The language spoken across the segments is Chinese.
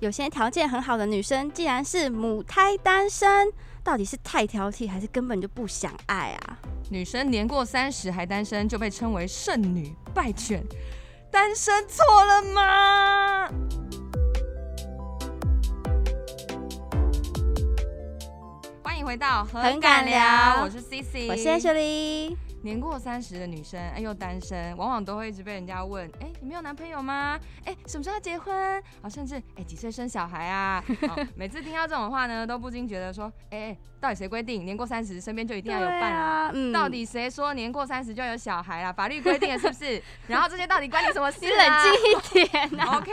有些条件很好的女生，既然是母胎单身，到底是太挑剔，还是根本就不想爱啊？女生年过三十还单身，就被称为剩女、败犬。单身错了吗？欢迎回到很敢聊我是 CC，我是雪莉，年过三十的女生，哎，又单身，往往都会一直被人家问，哎，你没有男朋友吗？哎，什么时候要结婚？啊，甚至哎，几岁生小孩 啊？哦每次听到这种话呢，都不禁觉得说，哎，哎到底谁规定年过三十身边就一定要有伴啊？对啊，嗯到底谁说年过三十就要有小孩啦？法律规定的是不 是？然后这些到底关你什么事你啊？冷静一点啊！ OK，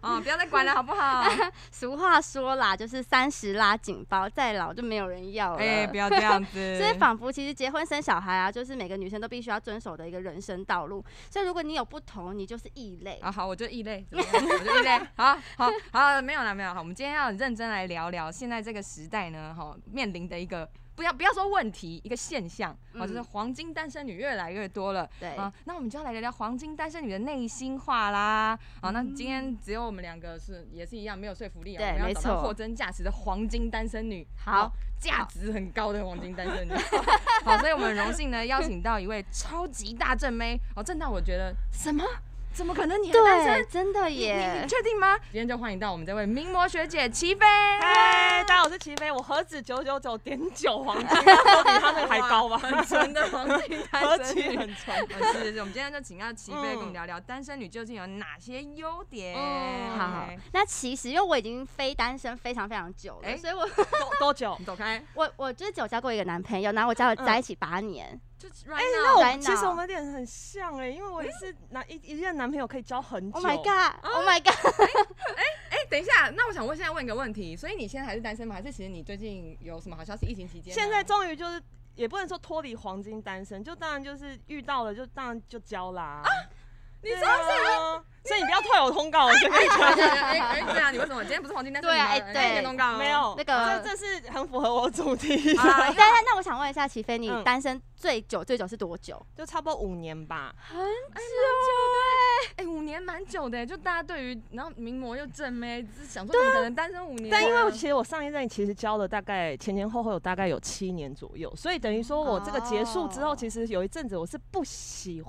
哦，不要再管了好不 好？俗话说啦，就是三十拉警报，再老就没有人要了。哎、不要这样子。所以仿佛其实结婚生小孩啊，就是每个女生都必须要遵守的一个人生道路。所以如果你有不同，你就是异类。啊，好，我就异类，怎么样我 就异类。好好好，没有啦，没有啦。我们今天要很认真来聊聊现在这个时代呢，哈，面临的一个不要不要说问题，一个现象，哦，就是嗯黄金单身女越来越多了。对，啊，那我们就要来聊聊黄金单身女的内心话啦。啊，那嗯今天只有我们两个是也是一样没有说服力啊，对我们要没找到错货真价实的黄金单身女。好哦，价值很高的黄金单身女。 好，所以我们荣幸呢邀请到一位超级大正妹哦，正到我觉得什么？怎么可能你还单身对，？真的你你耶你。确定吗？今天就欢迎到我们这位名模学姐齐飞。嗨，大家好，我是齐飞，我何止九九九点九黄金，我比他那个还高 吧？很纯的黄金 何单身止女。很纯。啊是是是，我们今天就请到齐飞嗯跟我们聊聊单身女究竟有哪些优点。哦嗯好 OK，那其实因为我已经非单身非常非常久了，哎所以我多多久你？走开。我我就是只有交过一个男朋友，然后我交了在一起八年，就 right，哎 now，那宅我男其实我们有点很像哎，因为我也是男一一任男朋友可以交很久。 Oh my god！Oh my god！哎、等一下，那我想问，现在问一个问题，所以你现在还是单身吗？还是其实你最近有什么好消息？疫情期间呢，现在终于就是也不能说脱离黄金单身，就当然就是遇到了就当然就交啦。你对说是？啊，所以你不要退我通告，我就跟你讲。 哎哎，对啊，你为什么今天不是黄金单身？对啊哎，哎哎对你通告哦没。有那个这这是很符合我主 题好啦的，对，那那我想问一下，齐飞，你啊嗯单身最久最久是多久？就差不多五年啊吧。哎，五年蛮久的，就大家对于然后名模又正妹，只是想说怎么可能单身五年？但因为我其实我上一任其实交了大概前前后后有大概有七年左右，所以等于说我这个结束之后，哦其实有一阵子我是不喜，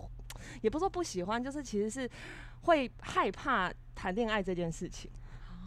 也不是说不喜欢，就是其实是会害怕谈恋爱这件事情。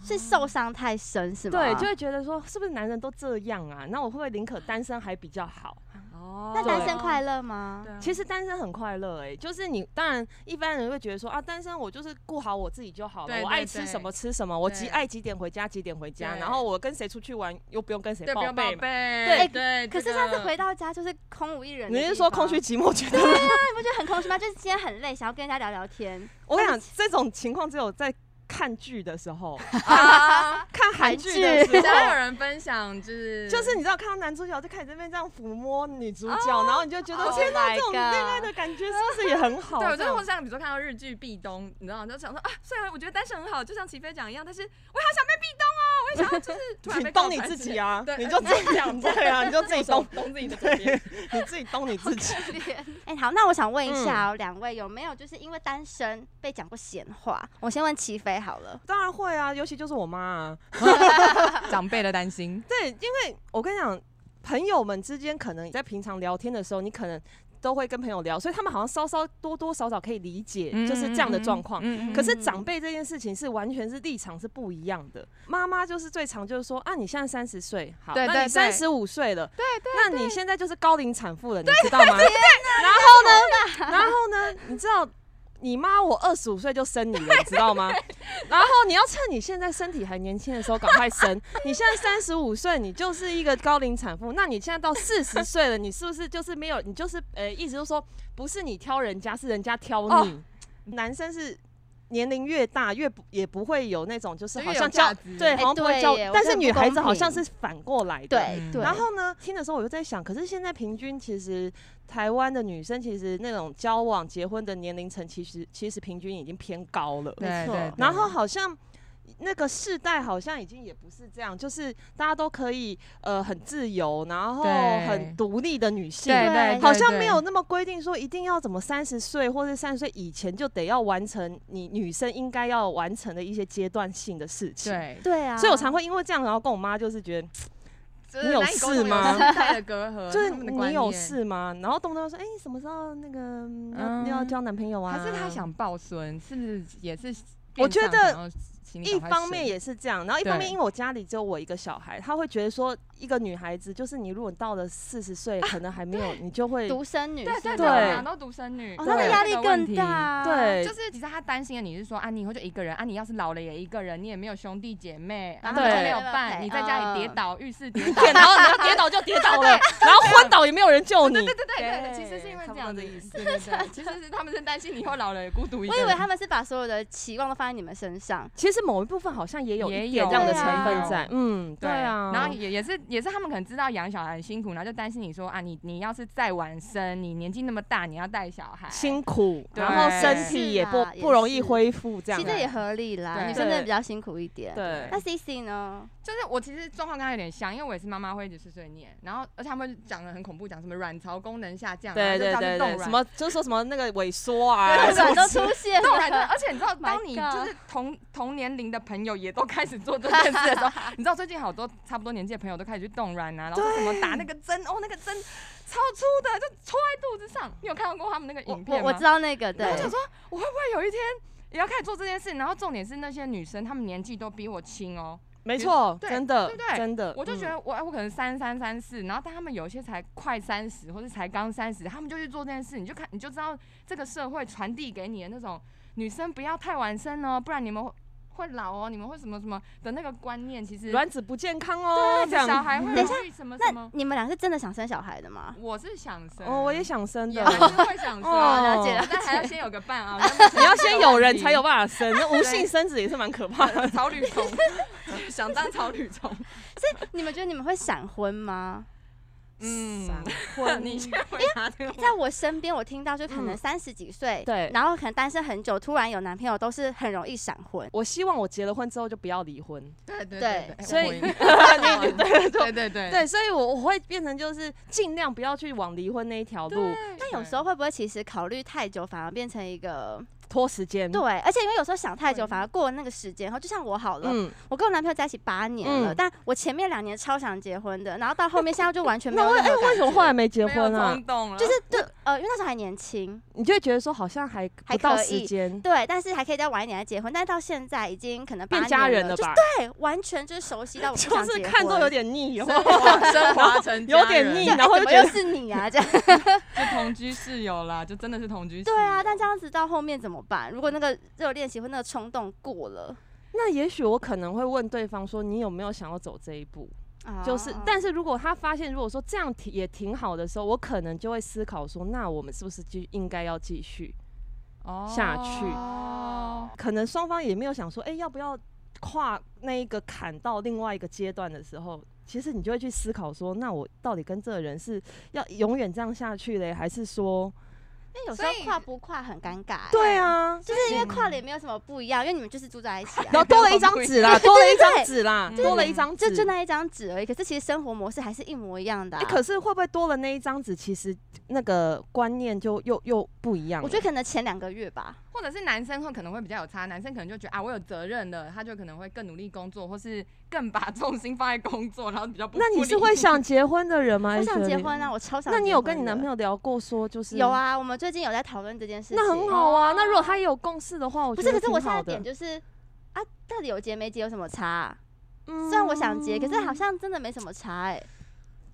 是受伤太深是吗？对，就会觉得说是不是男人都这样啊？那我会不会宁可单身还比较好？哦那单身快乐。乐吗？对啊其实单身很快乐哎、就是你当然一般人会觉得说啊，单身我就是顾好我自己就好了，对我对爱吃对什么吃什么，我几对爱几点回家几点回家，对然后我跟谁出去玩又不用跟谁对，不要报备备。嘛。对对对，可是这上个次回到家就是空无一人，你是说空虚？寂寞觉 得？你不觉得很空虚吗？就是今天很累，想要跟人家聊聊天。我跟你讲，这种情况只有在看剧的 时候，啊，看韩剧的韩剧 时只要有候，人分享，就是 就是你知道看到男主角就开始在那边这样抚摸女主角，哦然后你就觉得 Oh 天哪， my 这种 God 恋爱的感觉是不是也很好？对，我就这样是像比如说看到日剧《壁咚》，你知道吗？就想说啊，虽然我觉得单身很好，就像齐飞讲一样，但是我好想被壁咚哦，我也想要就是突然被请咚你自己啊，啊 对，你就自己讲对啊，你就自己咚咚，咚自己的左边对，你自己咚你 自己。哎、好，那我想问一嗯下、哦，两、位有没有就是因为单身被讲过闲话？我先问齐飞好了。当然会啊，尤其就是我妈啊。长辈的担心， 对，因为我跟你讲，朋友们之间可能你在平常聊天的时候，你可能都会跟朋友聊，所以他们好像稍稍多多少少可以理解，就是这样的状况。嗯可是嗯长辈这件事情是完全是立场是不一样的。妈妈就是最常就是说啊，你现在三十岁，好，对那对对你三十五岁了，对对，那你现在就是高龄产妇了，你知道吗？然后呢，然后呢，你知道。你妈，我二十五岁就生你了，你知道吗？ 然后你要趁你现在身体还年轻的时候赶快生。你现在三十五岁，你就是一个高龄产妇。那你现在到四十岁了，你是不是就是没有？你就是呃，意思就是说，不是你挑人家，是人家挑你。哦男生是呃年龄越大越不也不会有那种就是就好越有像价教值对，哎好像不会对教耶，我但觉得是很女不孩公子好像平是反过来的。对、嗯对，然后呢，听的时候我就在想，可是现在平均其实台湾的女生其实那种交啊往结婚的年龄层，其实其实平均已经偏高了。没错然后好像那个世代好像已经也不是这样，就是大家都可以呃很自由，然后对很独立的女性，对对对，好像没有那么规定说一定要怎么三十岁或者三十岁以前就得要完成你女生应该要完成的一些阶段性的事情。，对，对啊，所以我常会因为这样，然后跟我妈就是觉得，就是你有难以沟通事吗有时代的隔阂，就是他们的你观有念，事吗？然后动不动就说，哎、你什么时候那个嗯要要交男朋友啊？还是他想抱孙，是不是也是我变觉相得想要请你一赶快方生面也是这样，然后一方对面因为我家里只有我一个小孩，他会觉得说，一个女孩子就是你如果到了四十岁，可能还没有，你就会独生女对对是吧对，对我们俩都独生女，哦她那的对压这力个问更题大啊，对就是其实他担心的你是说啊，你以后就一个人啊，你要是老了也一个人，你也没有兄弟姐妹，啊然后对都没有对伴，你在家里跌嗯倒，浴室 跌倒，然后你 要跌倒就跌倒了，然后昏倒也没有人救你。对对对对，其实是因为差这不多样的的意思，对对对，其实是他们是担心你以后老了也孤独一个我人。以为他们是把所有的期望都放在你们身上，其实某一部分好像也有也一点有这样的对成啊分在，嗯，对对啊。然后也也是也是他们可能知道养小孩很辛苦，然后就担心你说啊，你你要是再晚生，你年纪那么大，你要带小孩，辛苦，对然后身啊体也是不啦也不容易是恢复，这其样啊实也合理啦，对女生真的比较辛苦一点。对那 C C 呢？就是我其实状况跟他有点像，因为我也是妈妈会一直碎碎念，然后而且他们讲的很恐怖，讲什么卵巢功能下降、啊，对就对叫去对冻对，卵 什么就是说什么那个萎缩对啊，对什卵么都出现冻卵的，了，而且你 知道，Oh My 当你 God 就是同同年龄的朋友也都开始做这件事的时候，你知道最近好多差不多年纪的朋友都开始去冻卵啊，然后说什么打那个针，哦，那个针超粗的，就戳在肚子上。你有看到过他们那个我影我片吗？我知道那个，对然后，我想说，我会不会有一天也要开始做这件事？然后重点是那些女生，她们年纪都比我轻哦，没错，对真的对不对真的，我就嗯觉得我、哎我可能三三三四，然后但她们有一些才快三十或者才刚三十，她们就去做这件事，你就看你就知道这个社会传递给你的那种女生不要太晚生哦，不然你们会会老哦，你们会什么什么的那个观念，其实卵子不健康哦，这小样。孩会等一下容易什 么什那么。你们俩是真的想生小孩的 吗？我是想生，哦，我也想生也的，是会想生，啊哦啊了解了但还要先有个伴啊。 你要先有人才有伴，办 法生，那无性生子也是蛮 可怕的。草履虫，想当草履 虫。你们觉得你们会闪婚吗？嗯， 婚你先回答这个问题。在我身边，我听到就可能嗯三十几岁，对然后可能单身很久，突然有男朋友，都是很容易闪婚。我希望我结了婚之后就不要离婚。对对对对，所以 我也对对对对对，所以我我会变成就是尽量不要去往离婚那一条路但有时候会不会其实考虑太久，反而变成一个拖时间。对，，而且因为有时候想太久，会反而过了那个时间后，就像我好了，嗯，我跟我男朋友在一起八年了，嗯但我前面两年超想结婚的，然后到后面现在就完全没那有为任哎何感为什么后来没结没有婚啊冲？动了， 就是对，呃，因为那时候还年轻，你就会觉得说好像还不还到可时以间，对，但是还可以再晚一点再结婚，但到现在已经可能八变年家人了了吧？对，完全就是熟悉到我不就想是结看都婚有。点腻哦。华升华成有点腻对哎然后怎就么觉又得是你啊？这样就同居室友啦，就真的是同居室友。对啊，但这样子到后面怎么办？如果那个热恋期或那个冲动过了，那也许我可能会问对方说，你有没有想要走这一步？就是啊，但是如果他发现，如果说这样挺也挺好的时候，我可能就会思考说，那我们是不是就应该要继续？哦下去可能双方也没有想说，哎、要不要跨那一个坎到另外一个阶段的时候，其实你就会去思考说，那我到底跟这个人是要永远这样下去嘞，还是说，因为有时所候以跨不跨很尴尬欸、对啊，就是因为跨了也没有什么不一样，因为你们就是住在一 起、啊，然后多了一张纸 啦，多了一张纸啦，对对对多了一张就纸，就那一张纸而已。可是其实生活模式还是一模一样的、啊哎可是会不会多了那一张纸，其实那个观念就又又不一样了？我觉得可能前两个月吧，或者是男生会可能会比较有差，男生可能就觉得啊，我有责任了，他就可能会更努力工作，或是更把重心放在工作，然后比较不。 那你是不理会想结婚的人吗？我想 Ashley 结婚啊，我超想。那你有跟你男朋友？友聊过说就是有？啊，我们最近有在讨论这件事情。那很好啊。那如果他有共识的话，我不觉是，得可是我挺现在好点的。就是啊，到底有结没结有什么差啊、嗯虽然我想结，可是好像真的没什么差哎、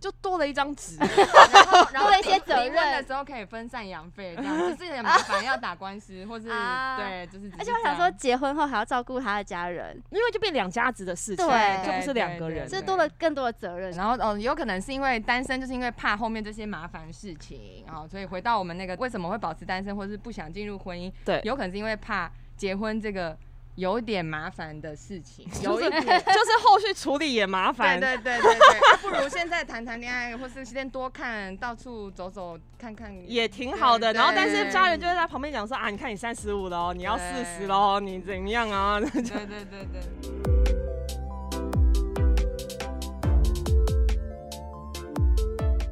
就多了一张纸，然后多了一些责离婚的任。时候可以分赡养费，这样子就是也麻烦，要打官司或是啊对，就是只是这样。而且我想说，结婚后还要照顾他的家人，因为就变两家子的事情，对就不是两个人。这对多了更多的责任。啊然后哦，有可能是因为单身，就是因为怕后面这些麻烦事情，哦，所以回到我们那个为什么会保持单身，或是不想进入婚姻，对有可能是因为怕结婚这个有点麻烦的事 情，有就一是点。就是后续处理也麻对烦。对对对 对，不如现在谈谈恋爱，或是先多看到处走走看看。也挺好的，对然后但是对家人就会在旁边讲说啊，你看你三十五了哦，你要四十了哦，你怎么样啊？ 对对对对。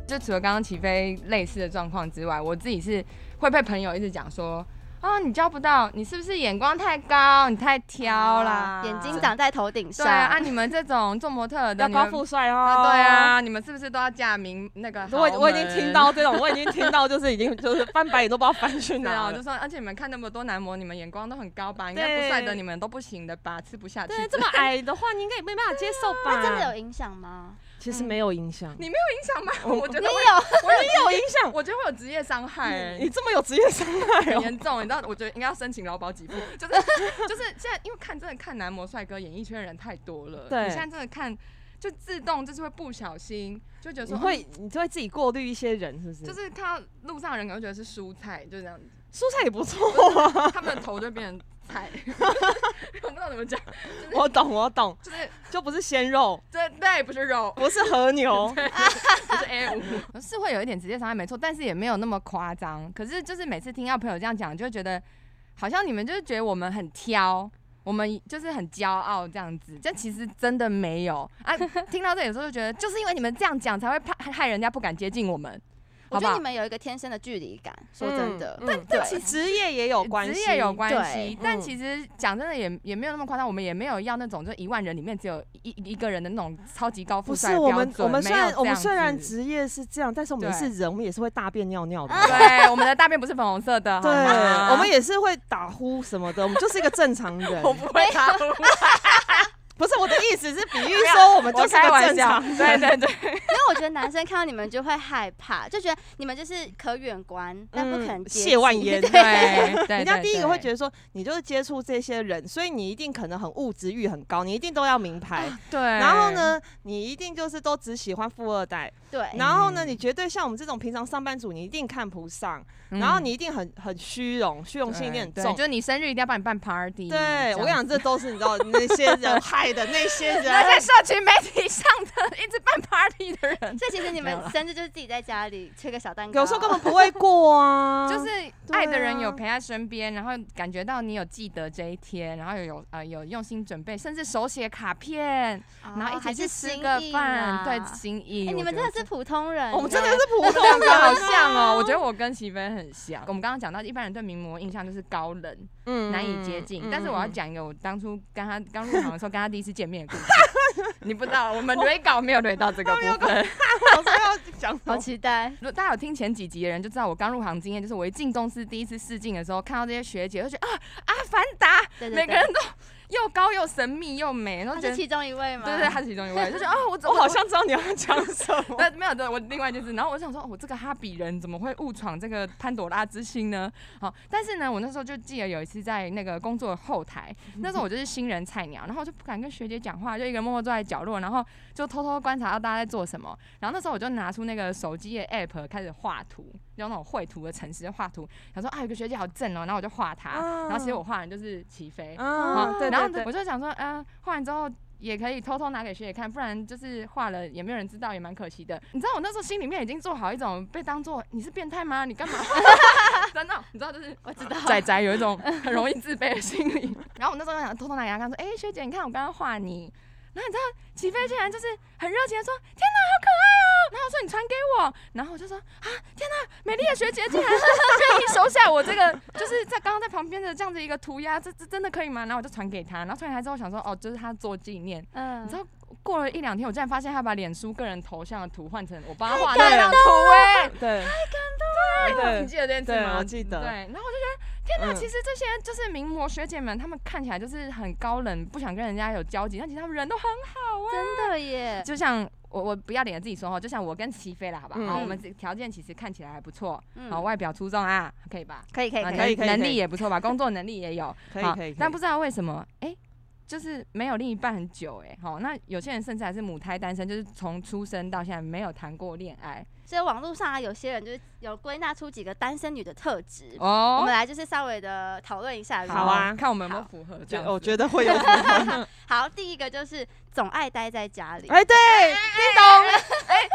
就除了刚刚齐飞类似的状况之外，我自己是会被朋友一直讲说，啊，你交不到，你是不是眼光太高，你太挑啊啦，眼睛长在头顶对上。啊，啊你们这种做模特的，要你高们富帅哦。啊，对，啊，你们是不是都要嫁名那个豪门？我我已经听到这种，我已经听到就是已经就是翻白眼都不知道翻去对哪啊，了我就。说，而且你们看那么多男模，你们眼光都很高吧？应对该不帅的你们都不行的吧？吃不下去。对，这么矮的话，你应该也没办法接受 吧？那真的有影响吗？其实没有影响，你没有影响吗？我我觉你得会，有，嗯 我有，没有影响。我觉得会有职业伤害、 欸 你这么有职业伤害很 哦，严重，你知道？我觉得应该要申请劳保给付，就是 就是现在，因为看真的看男模帅哥，演艺圈的人太多了，对你现在真的看就自动就是会不小心就觉得你说，会你就会自己过滤一些人，是不是？嗯就是看到路上的人可能会觉得是蔬菜，就这样子。 蔬菜也不错啊，他们的头就变成菜， 我不知道怎么讲，我懂我懂，就是就不是鲜肉，这对不是肉，不是 和牛，不是 A 五，是会有一点直接伤害，没错，但是也没有那么夸张。可是就是每次听到朋友这样讲，就会觉得好像你们就是觉得我们很挑。我们就是很骄傲这样子，但其实真的没有啊。 听到这里的时候就觉得，就是因为你们这样讲，才会怕害人家不敢接近我们，我好不觉得好你？们有一个天生的距离感，说真的嗯，对嗯但其实职业也有关系，职业有关系对，但嗯其实讲真的也也没有那么夸张，我们也没有要那种就一万人里面只有一一一个人的那种超级高富不帅是的我标们，我准，们没虽有然这我们样虽然子职业是这样，但是我们也对是人，我们也是会大便尿尿的。对我们的大便不是粉红色的，对，好吗。我们也是会打呼什么的，我们就是一个正常 人我不会打呼，不是我的意思是比喻说我们就 我是个开玩正笑，常对人。对 因对，为我觉得男生看到你们就会害怕，就觉得你们就是可远观，但不嗯可能接近谢万言对对对，人家第一个会觉得得说，你就是接触这些人，所以你一定可能很物质欲很高，你一定都要名牌。啊对，然后？呢，你一定就是都只喜欢富二代。对，然后呢，嗯你绝对像我们这种平常上班族，你一定看不上。然后你一定很很虚荣，虚荣心一定很嗯对重就。是你生日一定要帮你办 party，对，我跟这你样讲，这都是你 知道那些人害的那些人。那些社群媒体上的一直办 party 的 人，所以其实你没有们啦生日就是自己在家里切个小蛋糕，有时候根本不会过 啊，就是爱的人有对啊陪在身边，然后感觉到你有记得这一天，然后有有呃有用心准备，甚至手写卡片，哦，然后一还起是去吃心个意饭，啦啊对，心意。哎，你我们觉真得的是普通人，我们真的是普通两个人啊， 好像哦，我觉得我跟齐飞很像。我们刚刚讲到，一般人对名模印象就是高冷，嗯难以接近。但是我 要，讲一个我当初跟他刚入行的时候，跟他第一次见面的故事。你不知道，我们蕊稿没有蕊到这个部分。我说要讲好期待，如果大家有听前几集的人就知道，我刚入行经验就是，我一进公司第一次试镜的时候，看到这些学姐，就觉得啊，阿凡达，对每对个对人，都又高又神秘又美，然后他觉得是对其中一位吗？对对，她是其中一位，就觉得啊，我怎我么好像知道你要讲什 么。那没有的，我另外就是，然后我想说，哦我这个哈比人怎么会误闯这个潘朵拉之心呢？好，但是呢，我那时候就记得有一次在那个工作的后台，那时候我就是新人菜鸟，然后我就不敢跟学姐讲话，就一个人默默坐在角落，然后就偷偷观察到大家在做什么。然后那时候我就拿出那个手机的 app 开始画图，用那种绘图的程式画图，想说啊，有个学姐好正哦，然后我就画她，然后其实我画的就是齐飞，啊好，对然后对对我就想说，嗯、画完之后也可以偷偷拿给学姐看，不然就是画了也没有人知道，也蛮可惜的。你知道我那时候心里面已经做好一种被当做你是变态吗？你干嘛？ 真的，你知道就是我知道，仔仔有一种很容易自卑的心理。 然后我那时候就想偷偷拿给他看，说，哎、学姐，你看我刚刚画你。然后你知道齐飞竟然就是很热情的说：“天哪，好可爱哦！”然后我说：“你传给我。”然后我就说：“啊，天哪，美丽的学姐 竟然愿意收下我这个，就是在刚刚在旁边的这样子一个涂鸦，这这真的可以吗？”然后我就传给他，然后传给他之后想说：“哦，就是他做纪念。”嗯， 你知道过了一两天，我竟然发现他把脸书个人头像的图换成我帮他画感那张图、哎，对，太感动你了。记得这件事对，吗？我记对，得。然后我就觉得，天哪！嗯其实这些就是名模学姐们，她们看起来就是很高冷，不想跟人家有交集，但其实她们人都很好啊。真的耶，就像我我不要脸的自己说哈，就像我跟齐飞啦，好吧，嗯好，我们这条件其实看起来还不错，嗯好，外表出众啊，可以吧？可以可以啊可以可，以能能力也不错吧，工作能力也有，可以好可以可以但不知道为什么，哎、就是没有另一半欸很久、哎，好，那有些人甚至还是母胎单身，就是从出生到现在没有谈过恋爱，所以网络上啊，有些人就是有归纳出几个单身女的特质，嗯我哦们，来就是稍微的讨论一下。好哦啊看我们有没有好符合这觉样子。我觉得会有什么。好，第一个就是总爱待在家里。 哎，对，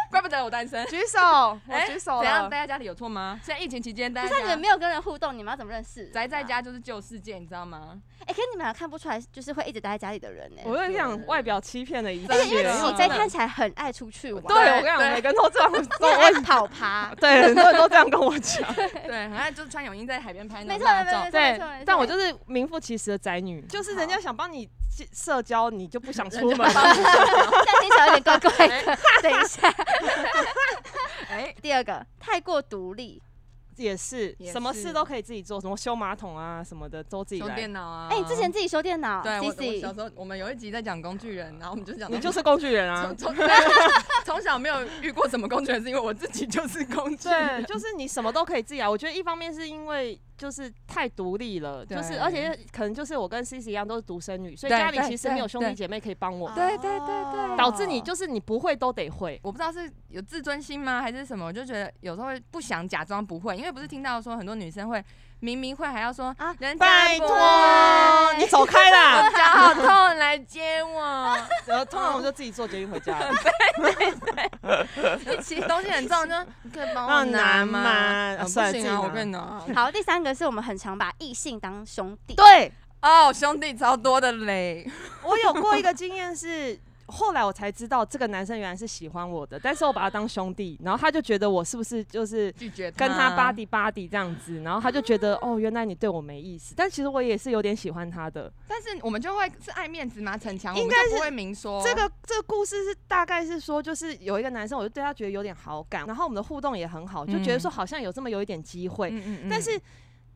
怪不得我单 身。举手，我哎举手怎样？了待。在家里有错吗？现在疫情期间待不是在啊你家们没有跟人互动，你们要怎么认识？啊宅在。家就是旧世界，你知道吗？哎、可是你们俩看不出来，就是会一直待在家里的人呢、我跟你讲，外表欺骗了一而且因为真切。的启起飞看起来很爱出去玩，哦对，我跟你哎讲，对哎每个人都这 样跟因为我。爱跑爬 对，很多人都这样跟我讲。 对，很爱就是穿泳衣在海边拍那没种错，大没错，照没。错没对错。没错，但我就是名副其实的宅女，就是人家想帮你介社交，你就不想出门。但听起来有点怪怪 的。等一下，哎，第二个太过独立。也是也，什么是事都可以自己做，什么修马桶啊什么的都自己修来。电脑啊。哎、你之前嗯自己修电脑对我我，Cici，小时候我们有一集在讲工具人，然后我们就讲到你就是工具人啊从。从 从小没有遇过什么工具人，是因为我自己就是工具 对，人。就是你什么都可以自己来。我觉得一方面是因为就是太独立了，对就是而且可能就是我跟 C C 一样都是独生女，所以对家里对其实对没有兄对弟姐妹可以帮我，哦对对对对导致你就是你不会都得会。我不知道是有自尊心吗，还是什么？我就觉得有时候会不想假装不会，因为不是听到说很多女生会明明会还要说啊人家拜不托啊对，你走开啦！脚好痛，来接我。然后通 常我就自己坐捷运回家 了，其实东西很重，就你可以帮我那拿难吗？吗呃不算了行自己啊，拿我可以拿。 好，第三个是我们很常把异性当兄弟。对，哦，兄弟超多的嘞，我有过一个经验是，后来我才知道这个男生原来是喜欢我的，但是我把他当兄弟，然后他就觉得我是不是就是拒绝跟他巴 body body 这样子，然后他就觉得哦，原来你对我没意思，但其实我也是有点喜欢他的。但是我们就会是爱面子嘛，逞强，应我们该就不是会明说这个这个故事是大概是说，就是有一个男生，我就对他觉得有点好感，然后我们的互动也很好，就觉得说好像有这么有一点机会，嗯嗯嗯但是。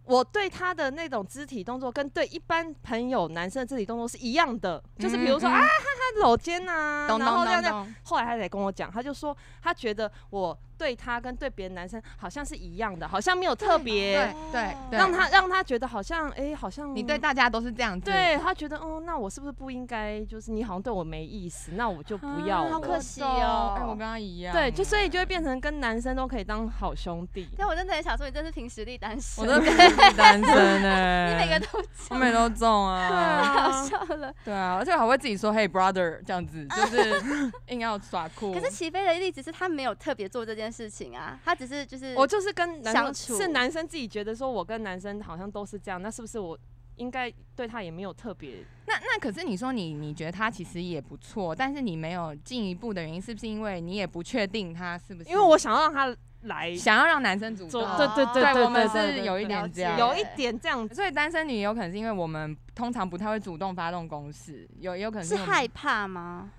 我对他的那种肢体动作，跟对一般朋友男生的肢体动作是一样的，就是比如说、嗯嗯啊哈哈搂肩呐、咚然后咚这样咚这样咚，后来他才跟我讲，他就说他觉得我对他跟对别的男生好像是一样的，好像没有特别对对对，让他让他觉得好像哎、好像你对大家都是这样子，对他觉得哦、那我是不是不应该就是你好像对我没意思，那我就不要啊了。好可惜我懂哦哎，我跟他一样，对，就所以就会变成跟男生都可以当好兄弟。但我真的很想说，你真是凭实力单身，我都是单身哎，你每个都 我每个都中啊，好 笑了。对啊，而且我还会自己说 Hey brother 这样子，就是硬要耍酷，可是齐飞的例子是他没有特别做这件事情啊，他只是就是我就是跟男相生处是男生自己觉得说我跟男生好像都是这样，那是不是我应该对他也没有特别？那那可是你说你你觉得他其实也不错，但是你没有进一步的原因，是不是因为你也不确定他是不是？因为我想要让他来，想要让男生主动做，哦对对对对，我们对对是有一点这样。有一点这样子。所以单身女也有可能是因为我们通常不太会主动发动攻势，有也有可能是我们害怕吗？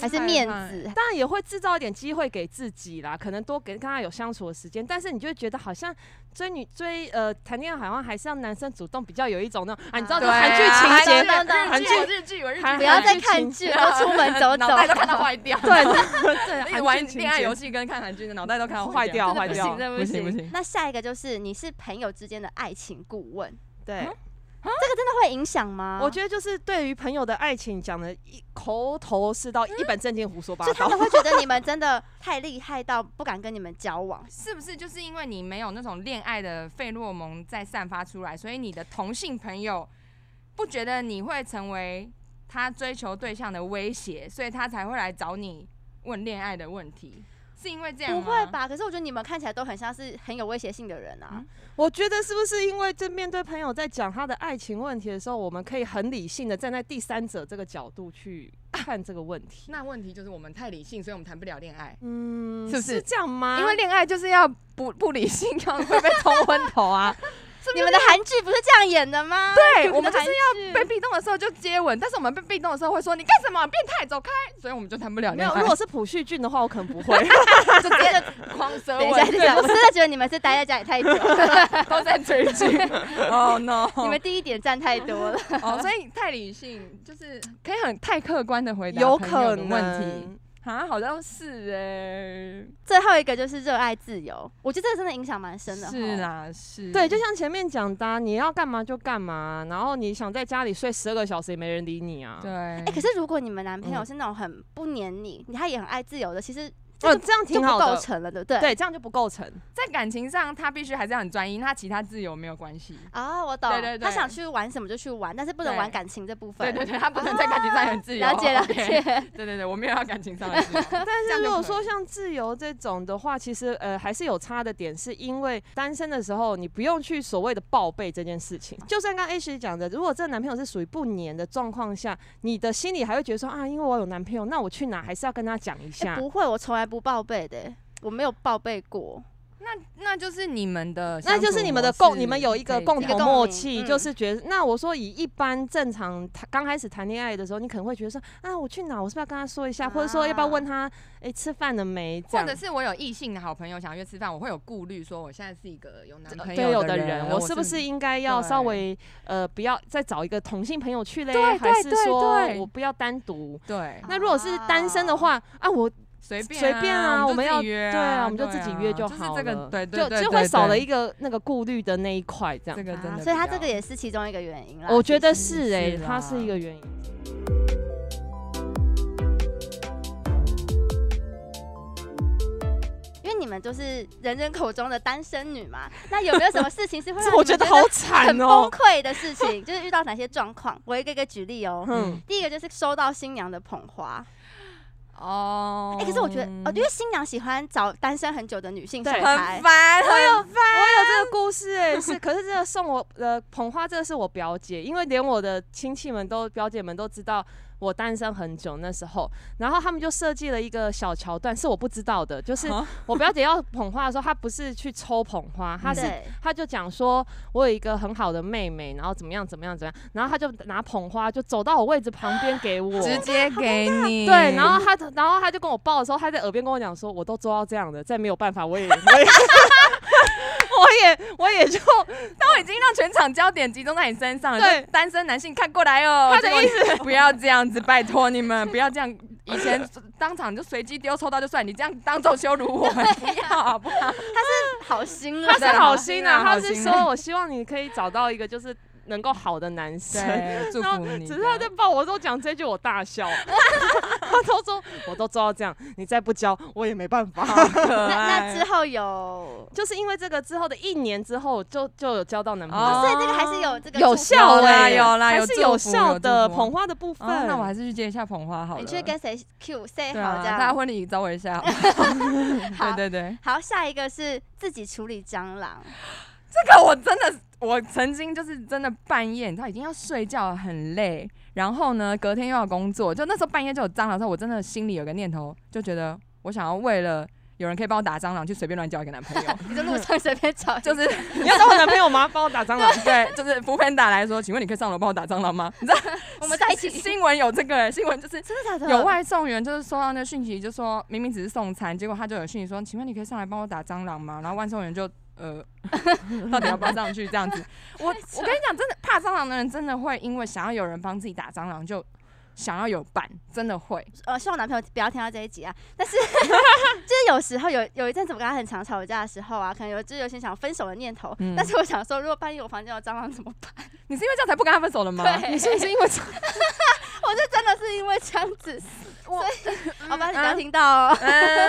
还是面？子？当然也会制造一点机会给自己啦，可能多给跟他有相处的时间，但是你就会觉得好像追女追呃谈恋爱好像还是要男生主动比较有一种那种啊，你知道啊就对是韩啊剧情节，当当日韩剧剧我日剧我日剧，韩不要再剧看情剧，多出门走走 脑。袋都看到坏 掉。对对，一直韩玩剧情恋爱节游戏跟看韩剧的脑袋都看到坏掉坏坏掉真的不行不行。那下一个就是你是朋友之间的爱情顾问，对，这个真的会影响啊吗？我觉得就是对于朋友的爱情讲的一口头是道，嗯一本正经胡说八就他道们。会觉得你们真的太厉害到不敢跟你们交往。是不是就是因为你没有那种恋爱的费洛蒙在散发出来，所以你的同性朋友不觉得你会成为他追求对象的威胁，所以他才会来找你问恋爱的问题？是因为这样不吗会？吧？可是我觉得你们看起来都很像是很有威胁性的人啊。嗯我觉得是不是因为这面对朋友在讲他的爱情问题的时候，我们可以很理性的站在第三者这个角度去啊看这个问题？那问题就是我们太理性，所以我们谈不了恋爱。嗯，是不是是这样吗？因为恋爱就是要不不理性，要会被冲昏头 啊！你们的韩剧不是这样演的吗？对我们就是要被壁咚的时候就接吻，但是我们被壁咚的时候会说你干什么，变态，走开，所以我们就谈不了没恋有，爱如果，是朴叙俊的话，我可能不会。 就啊直接就狂舌等一下，吻 等一，下，我真的觉得你们是待在家里太久了，都在追剧。哦 no！ 你们第一点占太多了。哦，所以太理性就是可以很太客观的回答有朋可友的能问题。啊，好像是哎、最后一个就是热爱自由，我觉得这个真的影响蛮深的齁。是啦，是哦对，就像前面讲的啊、你要干嘛就干嘛，然后你想在家里睡十二个小时也没人理你啊。对。哎哎、可是如果你们男朋友嗯是那种很不黏你，他也很爱自由的，其实哦，这样就挺不好构的，成了，对不对？对，这样就不构成。在感情上他必须还是要很专一，那其他自由没有关系。啊，我懂。对对对他想去玩什么就去玩，但是不能对玩感情这部分。对对对，他不能在感情上很自由。了解了 OK 解。哎对对对，我没有要感情上的自 由。但这样就是如果可说以像自由这种的话，其实呃还是有差的点，是因为单身的时候你不用去所谓的报备这件事情。就像刚 A 姐讲的，如果这男朋友是属于不黏的状况下，你的心里还会觉得说啊，因为我有男朋友，那我去哪还是要跟他讲一哎下。不会，我从来不报备的、我没有报备过。那那就是你们的相那处模式可以这样，就是你们的共，你们有一个共一同个默共鸣契，嗯就是觉得。那我说以一般正常谈刚开始谈恋爱的时候，你可能会觉得说啊，我去哪，我是不是要跟他说一下，或者说要不要问他，哎、吃饭了没？这或样者是我有异性的好朋友想约吃饭，我会有顾虑，说我现在是一个有男朋对友有的人，我是不是应该要对稍微呃不要再找一个同性朋友去嘞？对还对是对说对我不要单独？对那如果是单身的话啊，我随便随便啊，我们要自己约啊，对啊，我们对就啊自己约就好是这个了，对对对，就就会少了对一个那个顾虑的那一块，这这样。个真的啊哦比较，所以他这个也是其中一个原因啦。我觉得其实是哎，是它啦是一个原因。因为你们就是人人口中的单身女嘛，那有没有什么事情 是会让你啊我们觉觉得得好很惨崩哦。溃的事情？就是遇到哪些状况？我一个一个举例哦。嗯，第一个就是收到新娘的捧花，哦哎、可是我觉得，呃哦，因为新娘喜欢找单身很久的女性对上很台，烦，我有我有这个故事哎，是，可是这个送我呃捧花，这个是我表姐，因为连我的亲戚们都表姐们都知道我单身很久那时候，然后他们就设计了一个小桥段，是我不知道的，就是啊我表姐要捧花的时候，她不是去抽捧花，嗯她是对，他就讲说，我有一个很好的妹妹，然后怎么样怎么样怎么样，然后他就拿捧花就走到我位置旁边给我，直接给你对，然后他然后他就跟我抱的时候，他在耳边跟我讲说，我都做到这样的，再没有办法，我也 我也我也我也就都已经让全场焦点集中在你身上了，对就单身男性看过来哦，他的结果你 不要这样子，拜托你们不要这样，以前当场就随机丢抽到就算，你这样当众羞辱我们，不要好不 好？好心了他，是好心啊，好他心啊是说我希望你可以找到一个就是能够好的男生。对，祝然后福你。只是他在抱我的时候讲这句，我大笑。 他都说我都做到这样，你再不教我也没办法。 可那那爱之后哦有，就是因为这个之后的一年之后就，就有交到男朋友，哦所以这个还是有这个有祝福效有啦哎、有啦还有祝是福有效的有祝福捧花的部分。哦那我还是去接一下捧花好了。你去跟谁 Q say 对好啊，这大家样。婚礼找我一下。 好对对对，好，下一个是自己处理蟑螂， 这个我真的，我曾经就是真的半夜，你知道已经要睡觉了很累，然后呢隔天又要工作，就那时候半夜就有蟑螂的时候，我真的心里有个念头，就觉得我想要为了有人可以帮我打蟑螂，去随便乱交一个男朋友， 你就路上随便找一个，就是你要当我男朋友吗？帮我打 蟑螂。对，就是福平打来说，请问你可以上楼帮我打蟑螂吗？你 知道我们在一起，新闻有这个、欸，新闻就是。真的假的？有外送员就是收到那讯息，就说明明只是送餐，结果他就有讯息说，请问你可以上来帮我打蟑螂吗？然后外送员就呃，到底要不要上去这样子？我我跟你讲，真的怕蟑螂的人真的会因为想要有人帮自己打蟑螂就。想要有伴，真的会，呃，希望我男朋友不要听到这一集啊。但 是就是有时候有有一阵子我跟他很常吵架的时候啊，可能有就是有些想分手的念头，嗯但是我想说，如果半夜我房间有蟑螂怎么办？你是因为这样才不跟他分手的吗？对你是不是因为这 我就真的是因为这样子，我所以 好吧， 嗯你不要听到哦。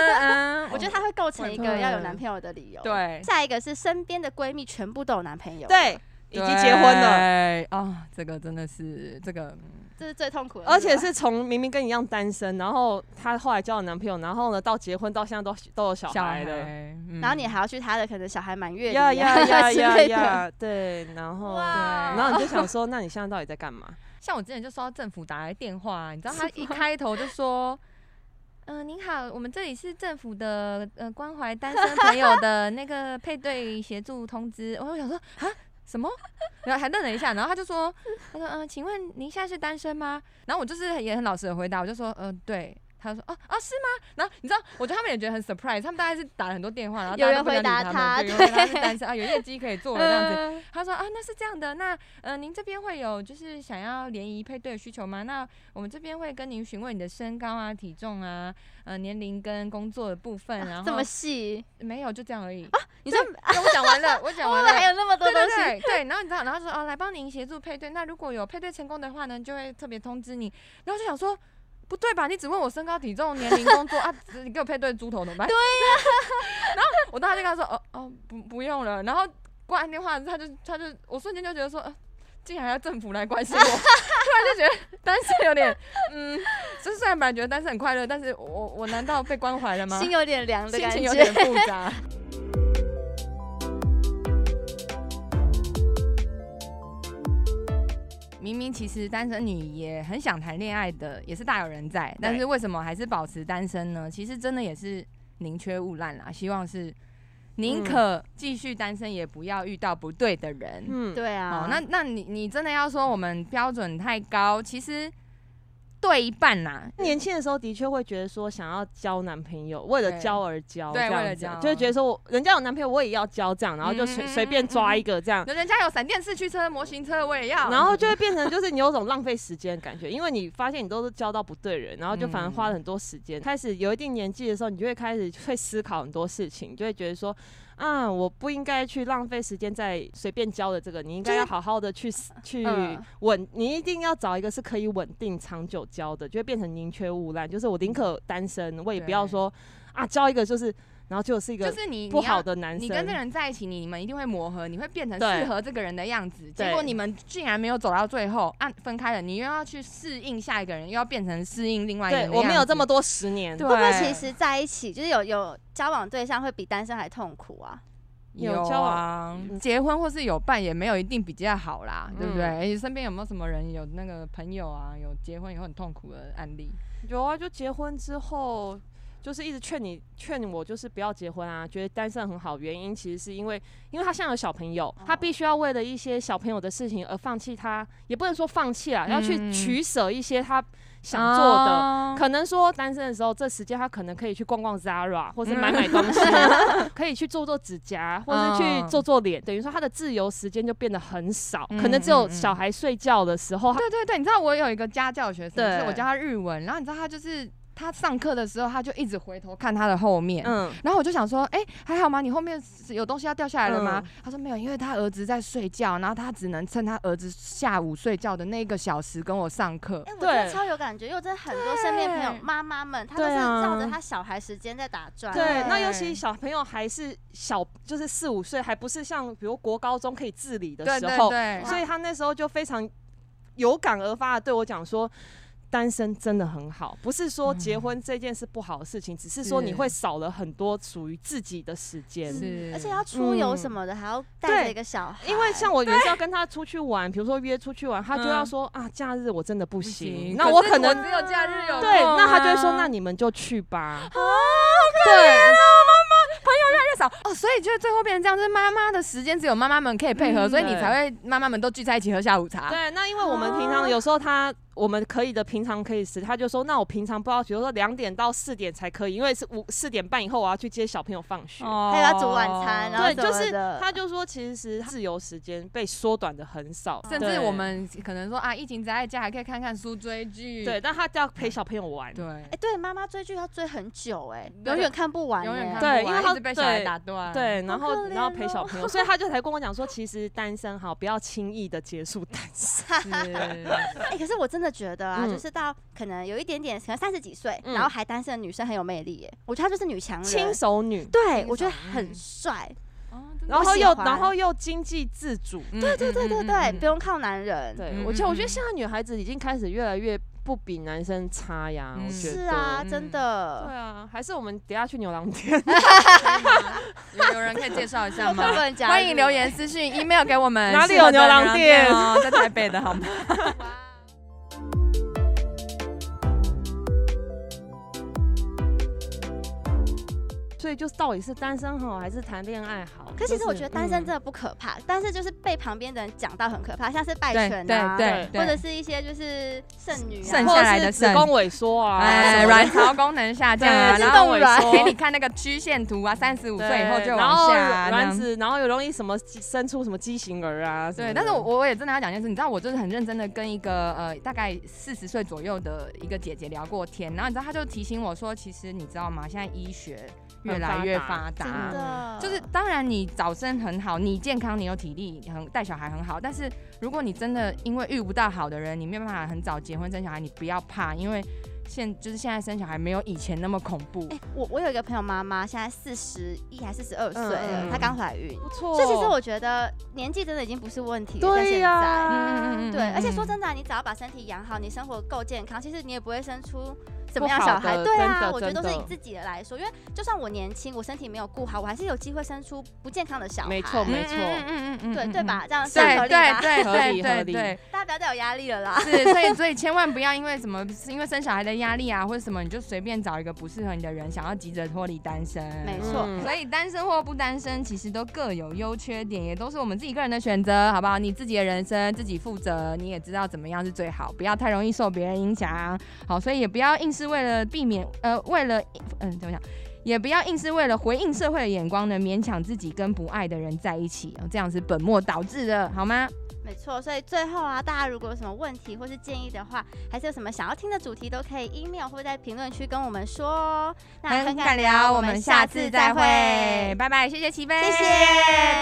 嗯嗯 我觉得他会构成一我个要有男朋友的理由。，对，下一个是身边的闺蜜全部都有男朋友，，对，已经结婚了，对啊、这个真的是这个，这是最痛苦的，而且是从明明跟你一样单身，然后她后来交了男朋友，然后呢到结婚到现在都都有小小孩了。嗯然后你还要去他的可能小孩满月礼呀啊呀 呀之呀类的，呀！对，然哦后哇然后你就想说，那你现在到底在干嘛？像我之前就收到政府打来电话啊，你知道他一开头就 说。嗯、您好，我们这里是政府的呃关怀单身朋友 的那个配对协助通知。我就想说啊，什么？然后还愣了一下，然后他就说，他说嗯、呃请问您现在是单身吗？然后我就是也很老实的回答，我就说嗯、呃对。他就说哦哦是吗？然后你知道，我觉得他们也觉得很 surprise，他们大概是打了很多电话，然后有大家人都不想回答理他他们， 对，有人回答是单身啊，有业绩可以做了这样子。嗯他说啊，那是这样的，那呃，您这边会有就是想要联谊配对的需求吗？那我们这边会跟您询问你的身高啊、体重啊、呃年龄跟工作的部分，哎然后啊这么细，没有就这样而已。你说那我讲完了，我讲我 完们还了。有那么多对东对西，对对，然后你知道，然后说哦，来帮您协助配对。那如果有配对成功的话呢，就会特别通知你。然后就想说，不对吧？你只问我身高、体重、年龄、工作啊，只你给我配对猪头怎么办？对呀、 然后我当时就跟他说，哦哦，不不用了。然后挂完电话，他就他就我瞬间就觉得说，呃、竟然还要政府来关心我，突 然就觉得单身有点，嗯，就是虽然本来觉得单身很快乐，但是我我我难道被关怀了吗？心有点凉的心感情有觉。点复 杂。明明其实单身女也很想谈恋爱的，也是大有人在，但是为什么还是保持单身呢？其实真的也是宁缺毋滥啦，希望是宁可继续单身，也不要遇到不对的人。嗯，对啊哦，，那那你你真的要说我们标准太高，其实对一半啦，年轻的时候的确会觉得说想要交男朋友，为了对交而交，对这样为了子啊交就会觉得说我人家有男朋友我也要交这样，然后就嗯随嗯嗯随便抓一个这样，人家有闪电四驱车、模型车，我也要。然后就会变成就是你有种浪费时间的感觉，因为你发现你都是交到不对人，然后就反而嗯花了很多时间。开始有一定年纪的时候，你就会开始会思考很多事情，就会觉得说，啊，我不应该去浪费时间在随便交的这个，你应该就是要好好的去思呃去嗯稳，你一定要找一个是可以稳定长久交的，就会变成宁缺毋滥，就是我宁可单身，我也不要对说啊交一个就是，然后就是一就个是你不好的。的男生，你跟这个人在一起，你们一定会磨合，你会变成对适合这个人的样子。结对果你们竟然没有走到最后，按、分开了，你又要去适应下一个人，又要变成适应另外一个对人。我没有这么，多十年，对会不会其实在一起就是有有交往对象会比单身还痛苦啊？有有交啊，结婚或是有伴也没有一定比较好啦，对不对？嗯而且身边有没有什么人有那个朋友啊，有结婚以后很痛苦的案例？有啊，就结婚之后，就是一直劝你劝我，就是不要结婚啊，觉得单身很好。原因其实是因为，因为他现在有小朋友，他哦必须要为了一些小朋友的事情而放弃他，也不能说放弃啦，要嗯去取舍一些他想做的。哦可能说单身的时候，这时间他可能可以去逛逛 Zara，或是买嗯买东西， 可以去做做指甲，或是去嗯做做脸，等于说他的自由时间就变得很少，嗯可能只有嗯嗯小孩睡觉的时候，他对对对，你知道我有一个家教学生，对是我教他日文，然后你知道他就是他上课的时候，他就一直回头看他的后面。嗯，然后我就想说，哎、还好吗？你后面是有东西要掉下来了吗？嗯他说没有，因为他儿子在睡觉，然后他只能趁他儿子下午睡觉的那个小时跟我上课。哎、我真的对超有感觉，因为我真的很多身边朋友对妈妈们，她都是对啊绕着她小孩时间在打转。对，那尤对其小朋友还是小，就是四五岁，还不是像比如国高中可以自理的对时对候，对，所以他那时候就非常有感而发的对我讲说。单身真的很好，不是说结嗯婚这件事不好的事情，只是说是你会少了很多属于自己的时间。嗯是嗯嗯而且要出游什么的，还要带着一个小孩，因为像我有时候跟他出去玩，比如说约出去玩，他就要说、啊，假日我真的不嗯不行，行。那我是嗯可能只有假日有、对，那他就会说那你们就去吧。对，少哦，所以就最后变成这样，就是妈妈的时间只有妈妈们可以配合，嗯所以你对才会妈妈们都聚在一起喝下午茶。对，那因为我们平常有时候他我们可以的，平常可以时，他就说那我平常不知道，比如说两点到四点才可以，因为是五四点半以后我要去接小朋友放学。哦还有要煮晚餐，然后对，就什么是的他就说，其实自由时间被缩短的很少，甚对至我们可能说啊，疫情宅在家还可以看看书、追剧，对，但他就要陪小朋友玩。对哎、对，妈妈追剧要追很久、哎，对永远看不完、永哎远看对不完因为他一直被小孩打断，， 对，可然后然后怜陪小朋友，所以他就才跟我讲说，其实单身好，不要轻易的结束单身。是，哎、可是我真的觉得啊，嗯就是到可能有一点点，可能三十几岁，嗯然后还单身的女生很有魅力、哎，我觉得她就是女强轻人。熟女，对，轻我觉得松很嗯帅，然我后喜又欢然后又经济自主，对对对对嗯对， 不用靠男人。对，嗯我觉嗯得我嗯觉得现在女孩子已经开始越来越不比男生差呀，嗯我觉得。是啊，哎嗯真对的。啊，还是我们等一下去牛郎店。有有人可以介绍一下我吗可不？ 能 加入欢迎留言私信、email 给我们。哪里有适合的牛郎店啊牛郎店哦？在台北的好吗？ 所以就是到底是单身好还是谈恋爱好？嗯可是其实我觉得单身真这的不可怕，但是就是被旁边的人讲到很可怕，像是拜对权对啊，对或者对，是一些就是剩女剩啊，下来的子宫萎缩啊，哎，什么的卵巢功能下降啊，对然后自动软给你看那个曲线图啊，三十五对岁以后就然往后下啊，这卵样子，然后有容易什么生出什么畸形儿啊？什么对，的但是我我也真的要讲一件事，你知道我就是很认真的跟一个呃大概四十岁左右的一个姐姐聊过天，然后你知道她就提醒我说，其实你知道吗？现在医学越很来发越达发真达，的啊就是当然你早生很好，你健康，你有体力，很带小孩很好，但是如果你真的因为遇不到好的人，你没有办法很早结婚生小孩，你不要怕，因为。现就是现在生小孩没有以前那么恐怖。哎、我我有一个朋友妈妈，现在四十一还四十二岁嗯了，嗯她刚怀孕，不错。哦所以其实我觉得年纪真的已经不是问题了。在对现呀、在嗯嗯嗯哎对，而且说真的啊、你只要把身体养好，你生活够健康，其实你也不会生出怎么样不的小好孩。的对真啊，的我觉得真都是的以自己的来说，因为就算我年轻，我身体没有顾好，我还是有机会生出不健康的小孩。没错没错嗯嗯嗯对对？吧？这样是对合对理吧？对合理对合对理对，大家不要再有压力了啦。是，所以所以千万不要因为什么，因为生小孩的压力啊，或者什么，你就随便找一个不适合你的人，想要急着脱离单身。没嗯错，所以单身或不单身，其实都各有优缺点，也都是我们自己个人的选择，好不好？你自己的人生自己负责，你也知道怎么样是最好，不要太容易受别人影响。好，所以也不要硬是为了避免，呃，为了，嗯，怎么讲？也不要硬是为了回应社会的眼光呢，勉强自己跟不爱的人在一起，哦这样是本末倒置的，好吗？没错。所以最后啊，大家如果有什么问题或是建议的话，还是有什么想要听的主题，都可以 email 或者在评论区跟我们说哦。那很敢聊，我们下次再会，拜拜拜，谢谢齐飞，谢谢，拜。